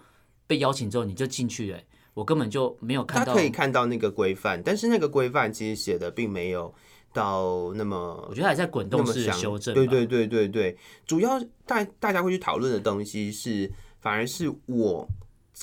Speaker 1: 被邀请之后你就进去哎、我根本就没有看
Speaker 2: 他
Speaker 1: 到。
Speaker 2: 可以看到那个规范，但是那个规范其实写的并没有到那么
Speaker 1: 我觉得还在滚
Speaker 2: 那
Speaker 1: 动
Speaker 2: 么
Speaker 1: 式的
Speaker 2: 详
Speaker 1: 修正吧，
Speaker 2: 对对对对对，主要大大家会去讨论的东西是，反而是我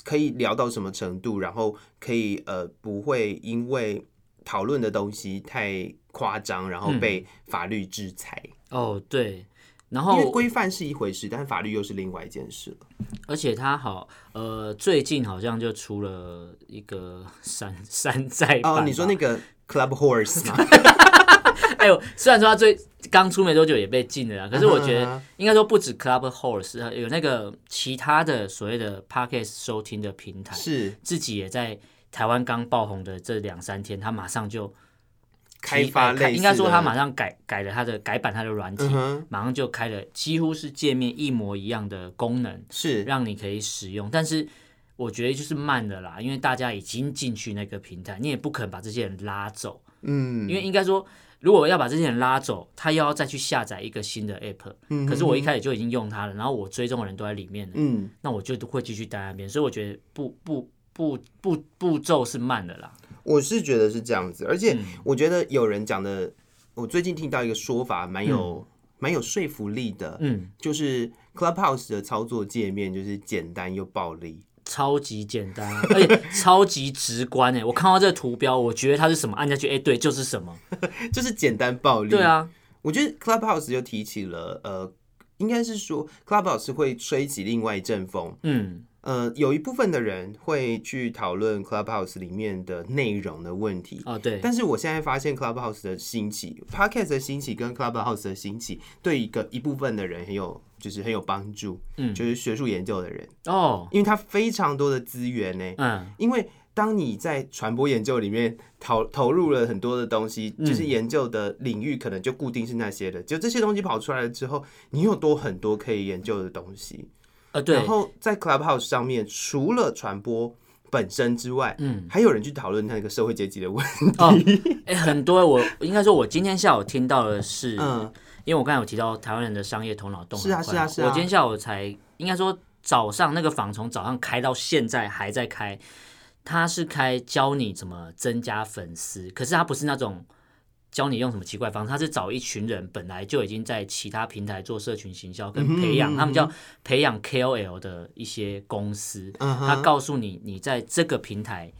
Speaker 2: 可以聊到什么程度，然后可以呃不会因为讨论的东西太夸张，然后被法律制裁。
Speaker 1: 哦对，嗯然
Speaker 2: 因为
Speaker 1: 后
Speaker 2: 规范是一回事，但是法律又是另外一件事了。
Speaker 1: 而且它好，呃，最近好像就出了一个 山山寨版吧。
Speaker 2: 哦，你说那个 Club Horse 吗？
Speaker 1: 哎呦，虽然说他最刚出没多久也被禁了啦，可是我觉
Speaker 2: 嗯哼嗯
Speaker 1: 得应该说不止 Club Horse，呃有那个其他的所谓的 Podcast 收听的平台，
Speaker 2: 是
Speaker 1: 自己也在台湾刚爆红的这两三天，他马上就提
Speaker 2: 开发
Speaker 1: 呃
Speaker 2: 类似的，
Speaker 1: 应该说他马上改改了他的改版他的软体，
Speaker 2: 嗯哼，
Speaker 1: 马上就开了几乎是界面一模一样的功能，
Speaker 2: 是
Speaker 1: 让你可以使用，但是。我觉得就是慢的啦，因为大家已经进去那个平台，你也不肯把这些人拉走。
Speaker 2: 嗯，
Speaker 1: 因为应该说，如果要把这些人拉走，他又要再去下载一个新的 app，、
Speaker 2: 嗯
Speaker 1: 可是我一开始就已经用它了，然后我追踪的人都在里面了，
Speaker 2: 嗯。
Speaker 1: 那我就会继续待在那边，所以我觉得步步步步步骤是慢的啦。
Speaker 2: 我是觉得是这样子，而且
Speaker 1: 嗯
Speaker 2: 我觉得有人讲的，我最近听到一个说法，蛮有蛮、有说服力的，
Speaker 1: 嗯，
Speaker 2: 就是 Clubhouse 的操作界面就是简单又暴力，
Speaker 1: 超级简单，啊而且超级直观诶、欸我看到这个图标，我觉得它是什么，按下去，哎、对，就是什么。
Speaker 2: 就是简单暴力。
Speaker 1: 对，啊，
Speaker 2: 我觉得 Clubhouse 就提起了，呃，应该是说 Clubhouse 会吹起另外一阵风，
Speaker 1: 嗯，
Speaker 2: 呃，有一部分的人会去讨论 Clubhouse 里面的内容的问题，
Speaker 1: 哦对，
Speaker 2: 但是我现在发现 Clubhouse 的兴起，Podcast 的兴起跟 Clubhouse 的兴起，对一个一部分的人很有，就是很有帮助，
Speaker 1: 嗯
Speaker 2: 就是学术研究的人，
Speaker 1: 哦，
Speaker 2: 因为它非常多的资源呢、
Speaker 1: 嗯
Speaker 2: 因为当你在传播研究里面投投入了很多的东西，
Speaker 1: 嗯
Speaker 2: 就是研究的领域可能就固定是那些的，就这些东西跑出来了之后，你有多很多可以研究的东西。
Speaker 1: 呃对
Speaker 2: 然，后在 Clubhouse 上面，除了传播本身之外，
Speaker 1: 嗯
Speaker 2: 还有人去讨论那个社会阶级的问题。
Speaker 1: 哦，哎、很多我应该说，我今天下午听到的是，
Speaker 2: 嗯，
Speaker 1: 因为我刚才有提到台湾人的商业头脑动
Speaker 2: 是啊
Speaker 1: 很快
Speaker 2: 是啊是啊
Speaker 1: 我今天下午才应该说早上那个房从早上开到现在还在开，他是开教你怎么增加粉丝，可是他不是那种教你用什么奇怪方式，他是找一群人本来就已经在其他平台做社群行销跟培养，
Speaker 2: 嗯哼
Speaker 1: 他们叫培养 KOL 的一些公司，
Speaker 2: 嗯哼
Speaker 1: 他告诉你你在这个平台。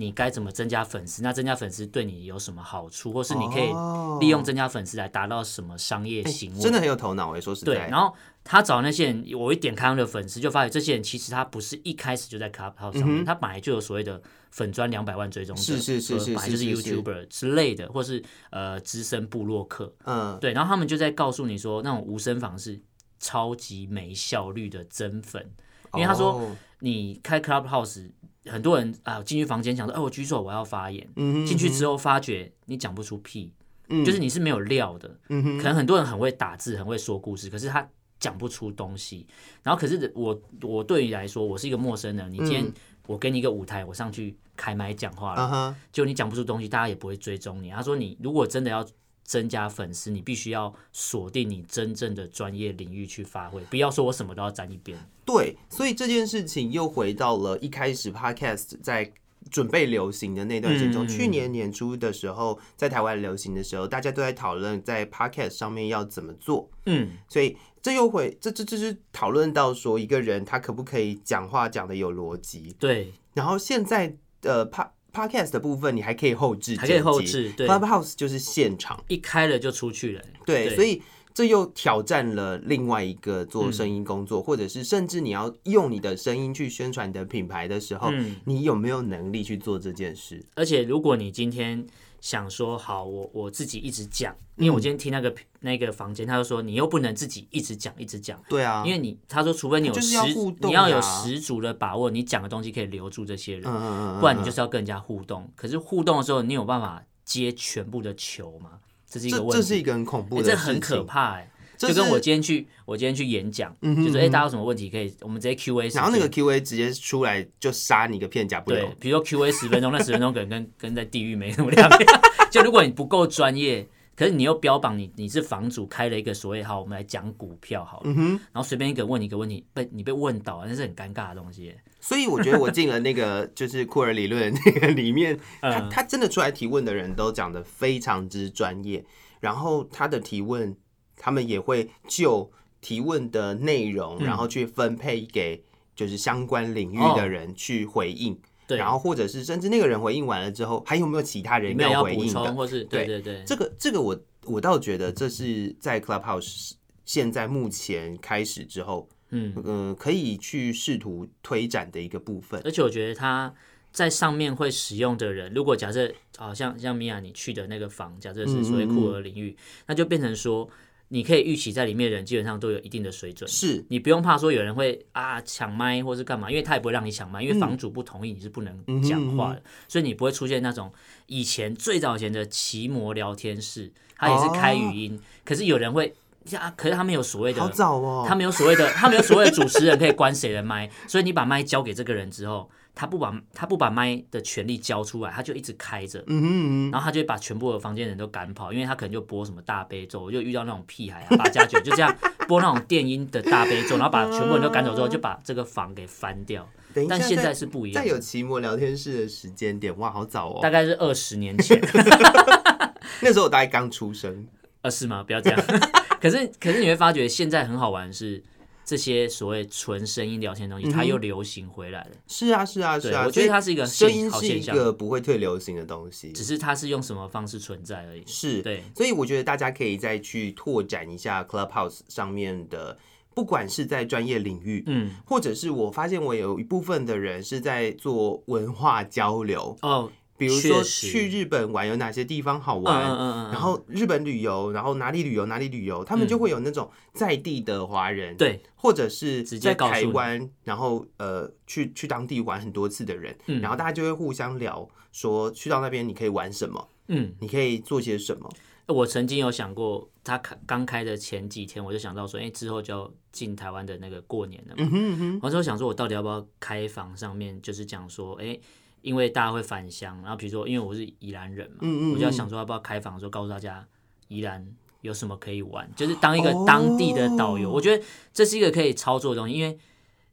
Speaker 1: 你该怎么增加粉丝？那增加粉丝对你有什么好处，或是你可以
Speaker 2: 哦
Speaker 1: 利用增加粉丝来达到什么商业行为？
Speaker 2: 哎真的很有头脑欸诶，说实
Speaker 1: 对。
Speaker 2: 在，
Speaker 1: 然后他找那些人，我一点开他们的粉丝，就发现这些人其实他不是一开始就在 Clubhouse 上面，他本来就有所谓的粉砖两百万追踪者，
Speaker 2: 嗯是是是是
Speaker 1: 呃本来就是
Speaker 2: 是是
Speaker 1: YouTuber 之类的，或是呃资深部落客。
Speaker 2: 嗯，
Speaker 1: 对，然后他们就在告诉你说，那种无声房是超级没效率的增粉，因为他说
Speaker 2: 哦
Speaker 1: 你开 Clubhouse，很多人啊进去房间想说，哎、我举手我要发言，
Speaker 2: 嗯
Speaker 1: 进去之后发觉你讲不出屁，
Speaker 2: 嗯
Speaker 1: 就是你是没有料的。
Speaker 2: 嗯哼
Speaker 1: 可能很多人很会打字，很会说故事，可是他讲不出东西。然后可是我我对你来说，我是一个陌生人，你今天
Speaker 2: 嗯
Speaker 1: 我给你一个舞台，我上去开麦讲话
Speaker 2: 啊
Speaker 1: 了，
Speaker 2: 哈，
Speaker 1: 就你讲不出东西，大家也不会追踪你。他说你如果真的要。增加粉丝，你必须要锁定你真正的专业领域去发挥，不要说我什么都要沾一边。
Speaker 2: 对，所以这件事情又回到了一开始 podcast 在。准备流行的那段时间中，
Speaker 1: 嗯
Speaker 2: 去年年初的时候，在台湾流行的时候，大家都在讨论在 podcast 上面要怎么做，
Speaker 1: 嗯，
Speaker 2: 所以这又会这这这是讨论到说一个人他可不可以讲话讲的有逻辑，
Speaker 1: 对，
Speaker 2: 然后现在呃 pa podcast 的部分你还可以后置剪辑，
Speaker 1: 还可以后置对
Speaker 2: Clubhouse 就是现场。
Speaker 1: 一开了就出去了。
Speaker 2: 对，
Speaker 1: 对
Speaker 2: 所以这又挑战了另外一个做声音工
Speaker 1: 嗯
Speaker 2: 作，或者是甚至你要用你的声音去宣传你的品牌的时候，
Speaker 1: 嗯
Speaker 2: 你有没有能力去做这件事？
Speaker 1: 而且如果你今天想说好，我我自己一直讲，因
Speaker 2: 嗯
Speaker 1: 为我今天听那个、那个房间，他就说你又不能自己一直讲一直讲，
Speaker 2: 对啊，
Speaker 1: 因为你他说除非你有
Speaker 2: 就是
Speaker 1: 十
Speaker 2: 要互动
Speaker 1: 你要有
Speaker 2: 啊
Speaker 1: 十足的把握，你讲的东西可以留住这些人，
Speaker 2: 嗯嗯嗯嗯，
Speaker 1: 不然你就是要跟人家互动。可是互动的时候，你有办法接全部的球吗？这是一个
Speaker 2: 这
Speaker 1: 问
Speaker 2: 这是一
Speaker 1: 题，
Speaker 2: 个很恐怖
Speaker 1: 欸
Speaker 2: 的事
Speaker 1: 这
Speaker 2: 情，
Speaker 1: 很可怕哎、
Speaker 2: 这嗯
Speaker 1: 就是跟我今天去，我今天去演讲，就说哎、欸大家有什么问题可以，我们直接 Q A。
Speaker 2: 然后那个 Q A 直接出来就杀你个片甲不
Speaker 1: 对
Speaker 2: 留，，
Speaker 1: 比如说 Q&A 十分钟，那十分钟可能跟跟在地狱没什么两样。 就如果你不够专业，可是你又标榜你你是房主开了一个所谓好，我们来讲股票好了，
Speaker 2: 嗯
Speaker 1: 然后随便一个问你一个问题，被你被问倒，那是很尴尬的东西。
Speaker 2: 所以我觉得我进了 那个就是库尔理论那个里面，他
Speaker 1: 嗯
Speaker 2: 他真的出来提问的人都讲的非常之专业，然后他的提问，他们也会就提问的内
Speaker 1: 嗯
Speaker 2: 容，然后去分配给就是相关领域的人去回应，
Speaker 1: 对，
Speaker 2: 然后或者是甚至那个人回应完了之后，还有没有其他
Speaker 1: 有
Speaker 2: 人
Speaker 1: 没有要
Speaker 2: 回
Speaker 1: 补
Speaker 2: 应的
Speaker 1: 充？或是对对对，
Speaker 2: 这个这个我我倒觉得这是在 Clubhouse 现在目前开始之后，
Speaker 1: 嗯，
Speaker 2: 嗯、可以去试图推展的一个部分。
Speaker 1: 而且我觉得他在上面会使用的人，如果假设好、像像米娅你去的那个房，假设
Speaker 2: 嗯
Speaker 1: 是所谓酷儿领域，那就变成说，你可以预期在里面的人基本上都有一定的水准。
Speaker 2: 是，
Speaker 1: 你不用怕说有人会啊抢麦或是干嘛，因为他也不会让你抢麦，因为房主不同意你是不能讲话的，所以你不会出现那种以前最早以前的奇摩聊天室，它也是开语音，可是有人会啊，可是他们有所谓的
Speaker 2: 好早哦。
Speaker 1: 他没有所谓的， 他没有所谓的主持人可以关谁的麦，所以你把麦交给这个人之后，他不把他不把麦的权利交出来，他就一直开着，
Speaker 2: 嗯哼嗯
Speaker 1: 然后他就会把全部的房间人都赶跑，因为他可能就播什么大悲咒，我就遇到那种屁孩啊八加九，就这样 播那种电音的大悲咒，然后把全部人都赶走之后，就把这个房给翻掉。
Speaker 2: 哼，等一下，
Speaker 1: 但现在
Speaker 2: 哎在
Speaker 1: 是不一样
Speaker 2: 在
Speaker 1: 的，
Speaker 2: 有奇摩聊天室的时间点，哇，好早
Speaker 1: 大
Speaker 2: 哦。
Speaker 1: 概是二十年前，
Speaker 2: 那时候我大概刚出生。
Speaker 1: 呃，是吗？不要这 样。可是可是你会发觉现在很好玩的是。这些所谓纯声音聊天的东
Speaker 2: 嗯
Speaker 1: 西，它又流行回来了。
Speaker 2: 是啊，是啊，是
Speaker 1: 对
Speaker 2: 啊。
Speaker 1: 我觉得
Speaker 2: 所以
Speaker 1: 它是一个
Speaker 2: 声
Speaker 1: 现
Speaker 2: 音
Speaker 1: 好
Speaker 2: 是
Speaker 1: 现
Speaker 2: 一
Speaker 1: 象
Speaker 2: 个不会退流行的东西
Speaker 1: 只。是它是用什么方式存在而已。
Speaker 2: 是，
Speaker 1: 对，
Speaker 2: 所以我觉得大家可以再去拓展一下 Clubhouse 上面的，不管是在专业领域，
Speaker 1: 嗯，
Speaker 2: 或者是我发现我有一部分的人是在做文化交流，
Speaker 1: 哦，
Speaker 2: 比如说
Speaker 1: 确实
Speaker 2: 去日本玩有哪些地方好
Speaker 1: 嗯
Speaker 2: 玩。
Speaker 1: 嗯嗯嗯，
Speaker 2: 然后日本旅游，然后哪里旅游哪里旅游，他们就会有那种在地的华人，，
Speaker 1: 对，
Speaker 2: 或者是
Speaker 1: 直
Speaker 2: 在
Speaker 1: 接告诉
Speaker 2: 台
Speaker 1: 你
Speaker 2: 湾，然后呃去去当地玩很多次的人，
Speaker 1: 嗯
Speaker 2: 然后大家就会互相聊，说去到那边你可以玩什么，
Speaker 1: 嗯，呃
Speaker 2: 你可以做些什么，
Speaker 1: 我曾经有想过，他开刚开的前几天，我就想到说，哎、之后就要进台湾的那个过年了嘛，
Speaker 2: 嗯哼嗯哼，
Speaker 1: 我就想说，我到底要不要开房？上面就是讲说，哎、因为大家会返乡，然后比如说，因为我是宜兰人嘛，
Speaker 2: 嗯嗯嗯
Speaker 1: 我就要想说，要不要开房的时候告诉大家宜兰有什么可以玩，就是当一个
Speaker 2: 哦
Speaker 1: 当地的导游。我觉得这是一个可以操作的东西，因为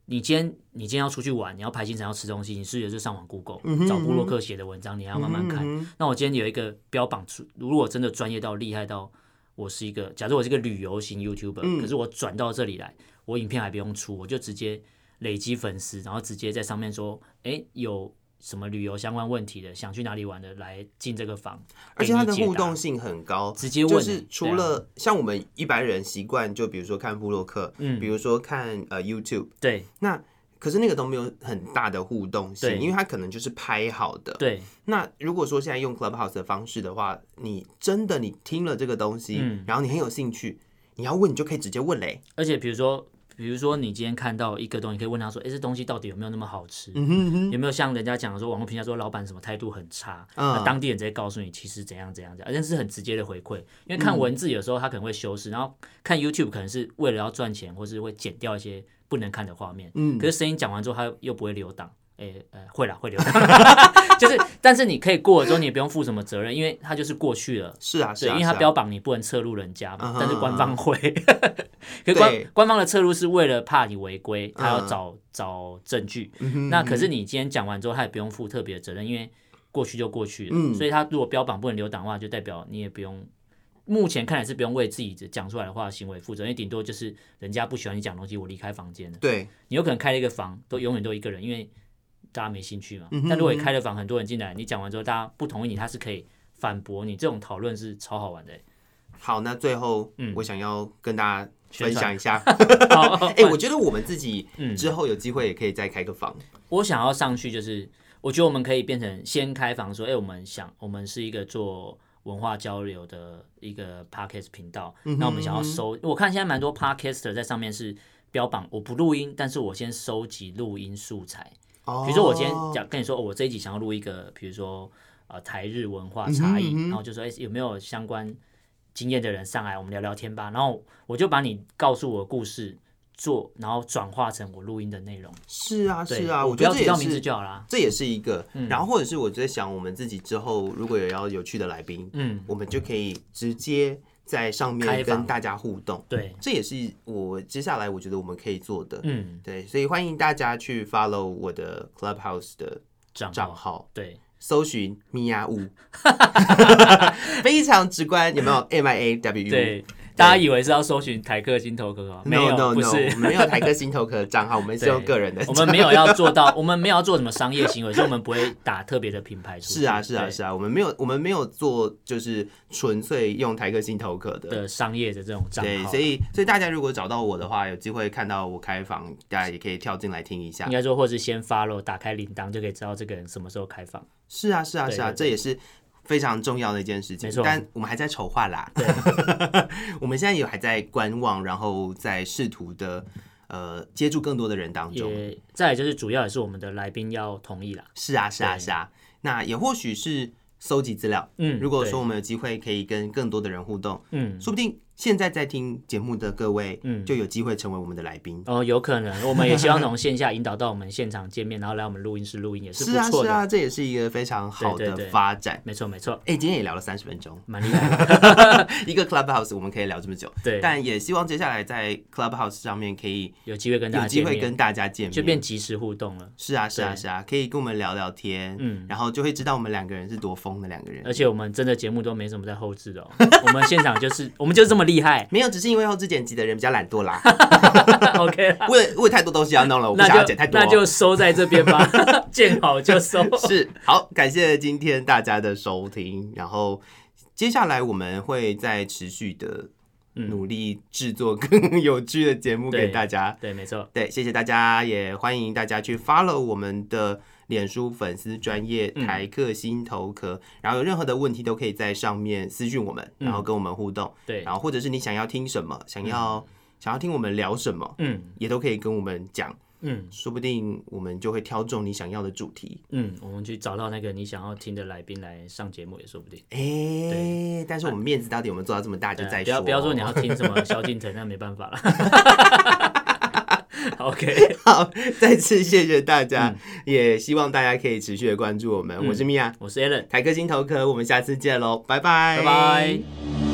Speaker 1: 你今天你今天要出去玩，你要排行程，要吃东西，你是不是就上网 Google、
Speaker 2: 嗯哼
Speaker 1: 找部落客写的文章，你还要慢慢看。
Speaker 2: 嗯哼
Speaker 1: 那我今天有一个标榜出，如果真的专业到厉害到我是一个，假设我是一个旅游型 YouTuber，、
Speaker 2: 嗯
Speaker 1: 可是我转到这里来，我影片还不用出，我就直接累积粉丝，然后直接在上面说，哎、有什么旅游相关问题的，想去哪里玩的，来进这个房，
Speaker 2: 而且它的
Speaker 1: 给你
Speaker 2: 互
Speaker 1: 解答
Speaker 2: 动性很高，
Speaker 1: 直接问你，啊
Speaker 2: 就是除了像我们一般人习惯，就比如说看布洛克，
Speaker 1: 嗯
Speaker 2: 比如说看呃 YouTube，
Speaker 1: 对啊
Speaker 2: 那可是那个都没有很大的互动性，
Speaker 1: 对
Speaker 2: 因为它可能就是拍好的。
Speaker 1: 对对，
Speaker 2: 那如果说现在用 Clubhouse 的方式的话，你真的你听了这个东西，
Speaker 1: 嗯
Speaker 2: 然后你很有兴趣，你要问你就可以直接问嘞。
Speaker 1: 而且比如说。比如说，你今天看到一个东西，你可以问他说：“哎、这东西到底有没有那么好吃？
Speaker 2: 嗯哼哼，
Speaker 1: 有没有像人家讲的说，网络评价说老板什么态度很差，
Speaker 2: 嗯
Speaker 1: 那啊当地人直接告诉你其实怎样怎样怎样，而且是很直接的回馈。因为
Speaker 2: 嗯
Speaker 1: 看文字有时候他可能会修饰，然后看 YouTube 可能是为了要赚钱，或是会剪掉一些不能看的画面。
Speaker 2: 嗯
Speaker 1: 可是声音讲完之后，他又不会留档。诶、呃，会啦，会留档， 就是，但是你可以过了之后，你也不用负什么责任，因为它就是过去了。
Speaker 2: 是啊，是
Speaker 1: 对，
Speaker 2: 啊，
Speaker 1: 因为它
Speaker 2: 是啊
Speaker 1: 标榜你不能侧录人家
Speaker 2: 嗯
Speaker 1: 嘛
Speaker 2: 哼，
Speaker 1: 但是官方会。 可是
Speaker 2: 对
Speaker 1: 官官方的侧录是为了怕你违规，他要
Speaker 2: 嗯
Speaker 1: 找找证据。
Speaker 2: 嗯哼
Speaker 1: 那可是你今天讲完之后，他也不用负特别的责任，因为过去就过去了。
Speaker 2: 嗯
Speaker 1: 所以他如果标榜不能留档的话，就代表你也不用。目前看来是不用为自己讲出来的话行为负责，因为顶多就是人家不喜欢你讲的东西，我离开房间了。
Speaker 2: 啊对，
Speaker 1: 你有可能开了一个房，都永远都一个人，因为大家没兴趣嘛
Speaker 2: 嗯哼。
Speaker 1: 但如果你开了房，很多人进来，你讲完之后大家不同意你，他是可以反驳你，这种讨论是超好玩 的、欸。
Speaker 2: 好，那最后
Speaker 1: 嗯
Speaker 2: 我想要跟大家
Speaker 1: 宣
Speaker 2: 分
Speaker 1: 传
Speaker 2: 享一下，
Speaker 1: 好，
Speaker 2: 哎，我觉得我们自己
Speaker 1: 嗯
Speaker 2: 之后有机会也可以再开个房，
Speaker 1: 我想要上去，就是我觉得我们可以变成先开房说，哎、我们想我们是一个做文化交流的一个 podcast 频道，
Speaker 2: 嗯
Speaker 1: 那我们想要收，我看现在蛮多 podcaster 在上面是标榜我不录音，但是我先收集录音素材，
Speaker 2: 比
Speaker 1: 比如说我今天讲跟你说，哦我这一集想要录一个，比如说呃台日文化差异，
Speaker 2: 嗯哼嗯哼
Speaker 1: 然后就说哎、诶有没有相关经验的人上来，我们聊聊天吧。然后我就把你告诉我的故事做，然后转化成我录音的内容。
Speaker 2: 是啊，
Speaker 1: 对
Speaker 2: 是啊，
Speaker 1: 我
Speaker 2: 我
Speaker 1: 不
Speaker 2: 觉
Speaker 1: 要
Speaker 2: 得这
Speaker 1: 提
Speaker 2: 也
Speaker 1: 到名字
Speaker 2: 是
Speaker 1: 就嗯好啦。
Speaker 2: 这也是一个，然后或者是我在想，我们自己之后如果有要有趣的来宾，
Speaker 1: 嗯，
Speaker 2: 我们就可以直接在上面
Speaker 1: 开
Speaker 2: 跟
Speaker 1: 房
Speaker 2: 大家互动，
Speaker 1: 对，
Speaker 2: 这也是我接下来我觉得我们可以做的。
Speaker 1: 嗯，
Speaker 2: 对，所以欢迎大家去 follow 我的 Clubhouse 的
Speaker 1: 账
Speaker 2: 账
Speaker 1: 号
Speaker 2: 号，
Speaker 1: 对，
Speaker 2: 搜寻 米娅屋，非常直观，有没有 M I A W U？
Speaker 1: 对，大家以为是要搜寻台客心头壳啊，没
Speaker 2: 哎 No
Speaker 1: 有
Speaker 2: no
Speaker 1: 不
Speaker 2: no，
Speaker 1: 是
Speaker 2: 我。们没有台客心头壳的账号，我们是
Speaker 1: 对
Speaker 2: 用个人的
Speaker 1: 我
Speaker 2: 账号。
Speaker 1: 们没有要做到，我们没有要做什么商业行为，所以我们不会打特别的品牌出去。
Speaker 2: 是啊，是啊，
Speaker 1: 对
Speaker 2: 是啊，我们没有，我们没有做就是纯粹用台客心头壳的。
Speaker 1: 的商业的这种账
Speaker 2: 啊对，
Speaker 1: 号。啊
Speaker 2: 所以所以大家如果找到我的话，有机会看到我开房，大家也可以跳进来听一下
Speaker 1: 应。该说，或是先 follow，打开铃铛就可以知道这个人什么时候开放。
Speaker 2: 是啊，是啊，
Speaker 1: 对
Speaker 2: 是啊，
Speaker 1: 对
Speaker 2: 这也是非常重要的一件事情
Speaker 1: 没错。
Speaker 2: 但我们还在筹划啦， 我们现在也还在观望，然后在试图的呃接触更多的人当中。
Speaker 1: 也再来就是主要也是我们的来宾要同意啦。
Speaker 2: 是啊，是啊，
Speaker 1: 对
Speaker 2: 是啊。那也或许是搜集资料。
Speaker 1: 嗯，
Speaker 2: 如果
Speaker 1: 对
Speaker 2: 说我，们有机会可以跟更多的人互动，
Speaker 1: 嗯，
Speaker 2: 说不定现在在听节目的各位，
Speaker 1: 嗯
Speaker 2: 就有机会成为我们的来宾。
Speaker 1: 哦，有可能，我们也希望从线下引导到我们现场见面，然后来我们录音室录音也是
Speaker 2: 是
Speaker 1: 不
Speaker 2: 啊，
Speaker 1: 错
Speaker 2: 是
Speaker 1: 的。
Speaker 2: 啊，这也是一个非常好
Speaker 1: 对对
Speaker 2: 的
Speaker 1: 对
Speaker 2: 发展。
Speaker 1: 没错，没错，
Speaker 2: 哎、今天也聊了三十分钟，
Speaker 1: 蛮厉 害的。
Speaker 2: 一个 Clubhouse 我们可以聊这么久，
Speaker 1: 对，
Speaker 2: 但也希望接下来在 Clubhouse 上面可以
Speaker 1: 有机会跟大
Speaker 2: 有
Speaker 1: 家
Speaker 2: 机
Speaker 1: 见面，
Speaker 2: 会跟大家见面，
Speaker 1: 就变即时互动了。
Speaker 2: 是啊，是啊，
Speaker 1: 对
Speaker 2: 是啊，可以跟我们聊聊天，
Speaker 1: 嗯
Speaker 2: 然后就会知道我们两个人是多疯的两个人
Speaker 1: 而。且我们真的节目都没什么在后置的、哦， 我们现场就是我们就是这么厉 害
Speaker 2: 没有，只是因为后置剪辑的人比较懒惰啦，
Speaker 1: ，OK 啦，
Speaker 2: 为了为了太多东西要弄了，我不想
Speaker 1: 那
Speaker 2: 要
Speaker 1: 就
Speaker 2: 剪太多。
Speaker 1: 那就收在这边 吧，见好就收。
Speaker 2: 是好，感谢今天大家的收听，然后接下来我们会再持续的努力制作更 有趣的节目给
Speaker 1: 嗯对
Speaker 2: 大家。
Speaker 1: 对，没错，
Speaker 2: 对，谢谢大家，也欢迎大家去 follow 我们的脸书粉丝专业
Speaker 1: 嗯
Speaker 2: 台客心头壳，然后有任何的问题都可以在上面私讯我们，然后跟我们互动，
Speaker 1: 嗯对
Speaker 2: 然，后或者是你想要听什么，想要、想要听我们聊什么，
Speaker 1: 嗯
Speaker 2: 也都可以跟我们讲，
Speaker 1: 嗯
Speaker 2: 说不定我们就会挑中你想要的主题。
Speaker 1: 嗯，我们去找到那个你想要听的来宾来上节目也说不定。
Speaker 2: 哎、但是我们面子到底有没有做到这么大，就
Speaker 1: 对啊
Speaker 2: 再说。
Speaker 1: 不要不要说你要听什么萧敬腾，那没办法了。OK，
Speaker 2: 好，再次谢谢大家，
Speaker 1: 嗯
Speaker 2: 也希望大家可以持续的关注我们。我是米娅，
Speaker 1: 我是 Alan，
Speaker 2: 台客心头壳，我们下次见喽，拜拜，
Speaker 1: 拜拜。